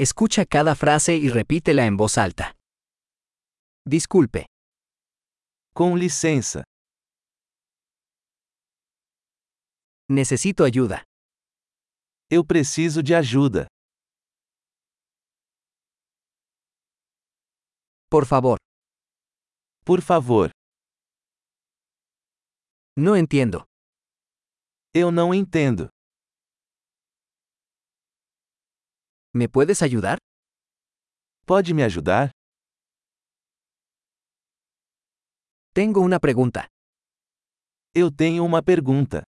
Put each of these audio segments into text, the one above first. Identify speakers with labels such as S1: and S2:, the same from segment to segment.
S1: Escucha cada frase y repítela en voz alta. Disculpe,
S2: Com licença,
S1: necesito ayuda.
S2: eu preciso de ajuda.
S1: Por favor,
S2: Por favor,
S1: no entiendo.
S2: eu não entendo.
S1: ¿Me puedes ayudar?
S2: Pode me ajudar?
S1: Tengo una pregunta.
S2: Eu tenho uma pergunta.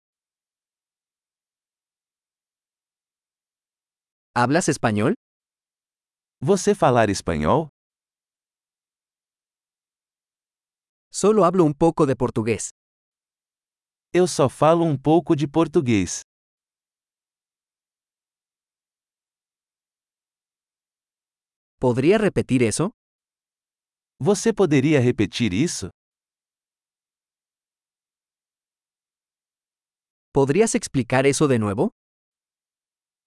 S1: ¿Hablas español?
S2: Você falar espanhol?
S1: Solo hablo un poco de portugués.
S2: Eu só falo um pouco de português.
S1: ¿Podría repetir eso?
S2: Você poderia repetir isso?
S1: ¿Podrías explicar eso de nuevo?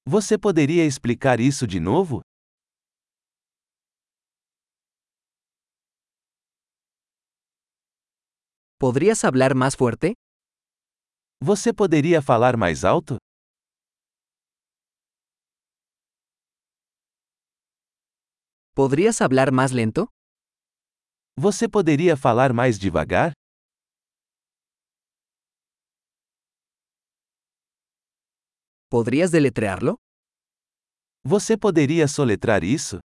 S2: Você poderia explicar isso de novo?
S1: ¿Podrías hablar más fuerte?
S2: Você poderia falar mais alto?
S1: ¿Podrías hablar más lento?
S2: Você poderia falar mais devagar?
S1: ¿Podrías deletrearlo?
S2: Você poderia soletrar isso?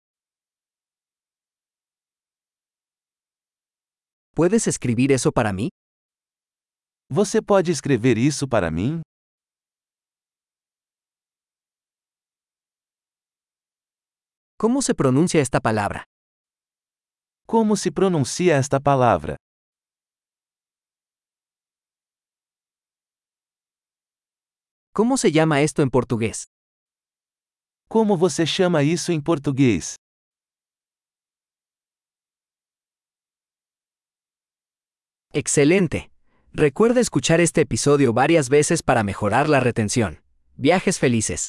S1: ¿Puedes escribir eso para mí?
S2: Você pode escrever isso para mim?
S1: ¿Cómo se pronuncia esta palabra?
S2: Como se pronuncia esta palavra?
S1: ¿Cómo se llama esto en portugués?
S2: Como você chama isso em português?
S1: Excelente. Recuerda escuchar este episodio varias veces para mejorar la retención. Viajes felices.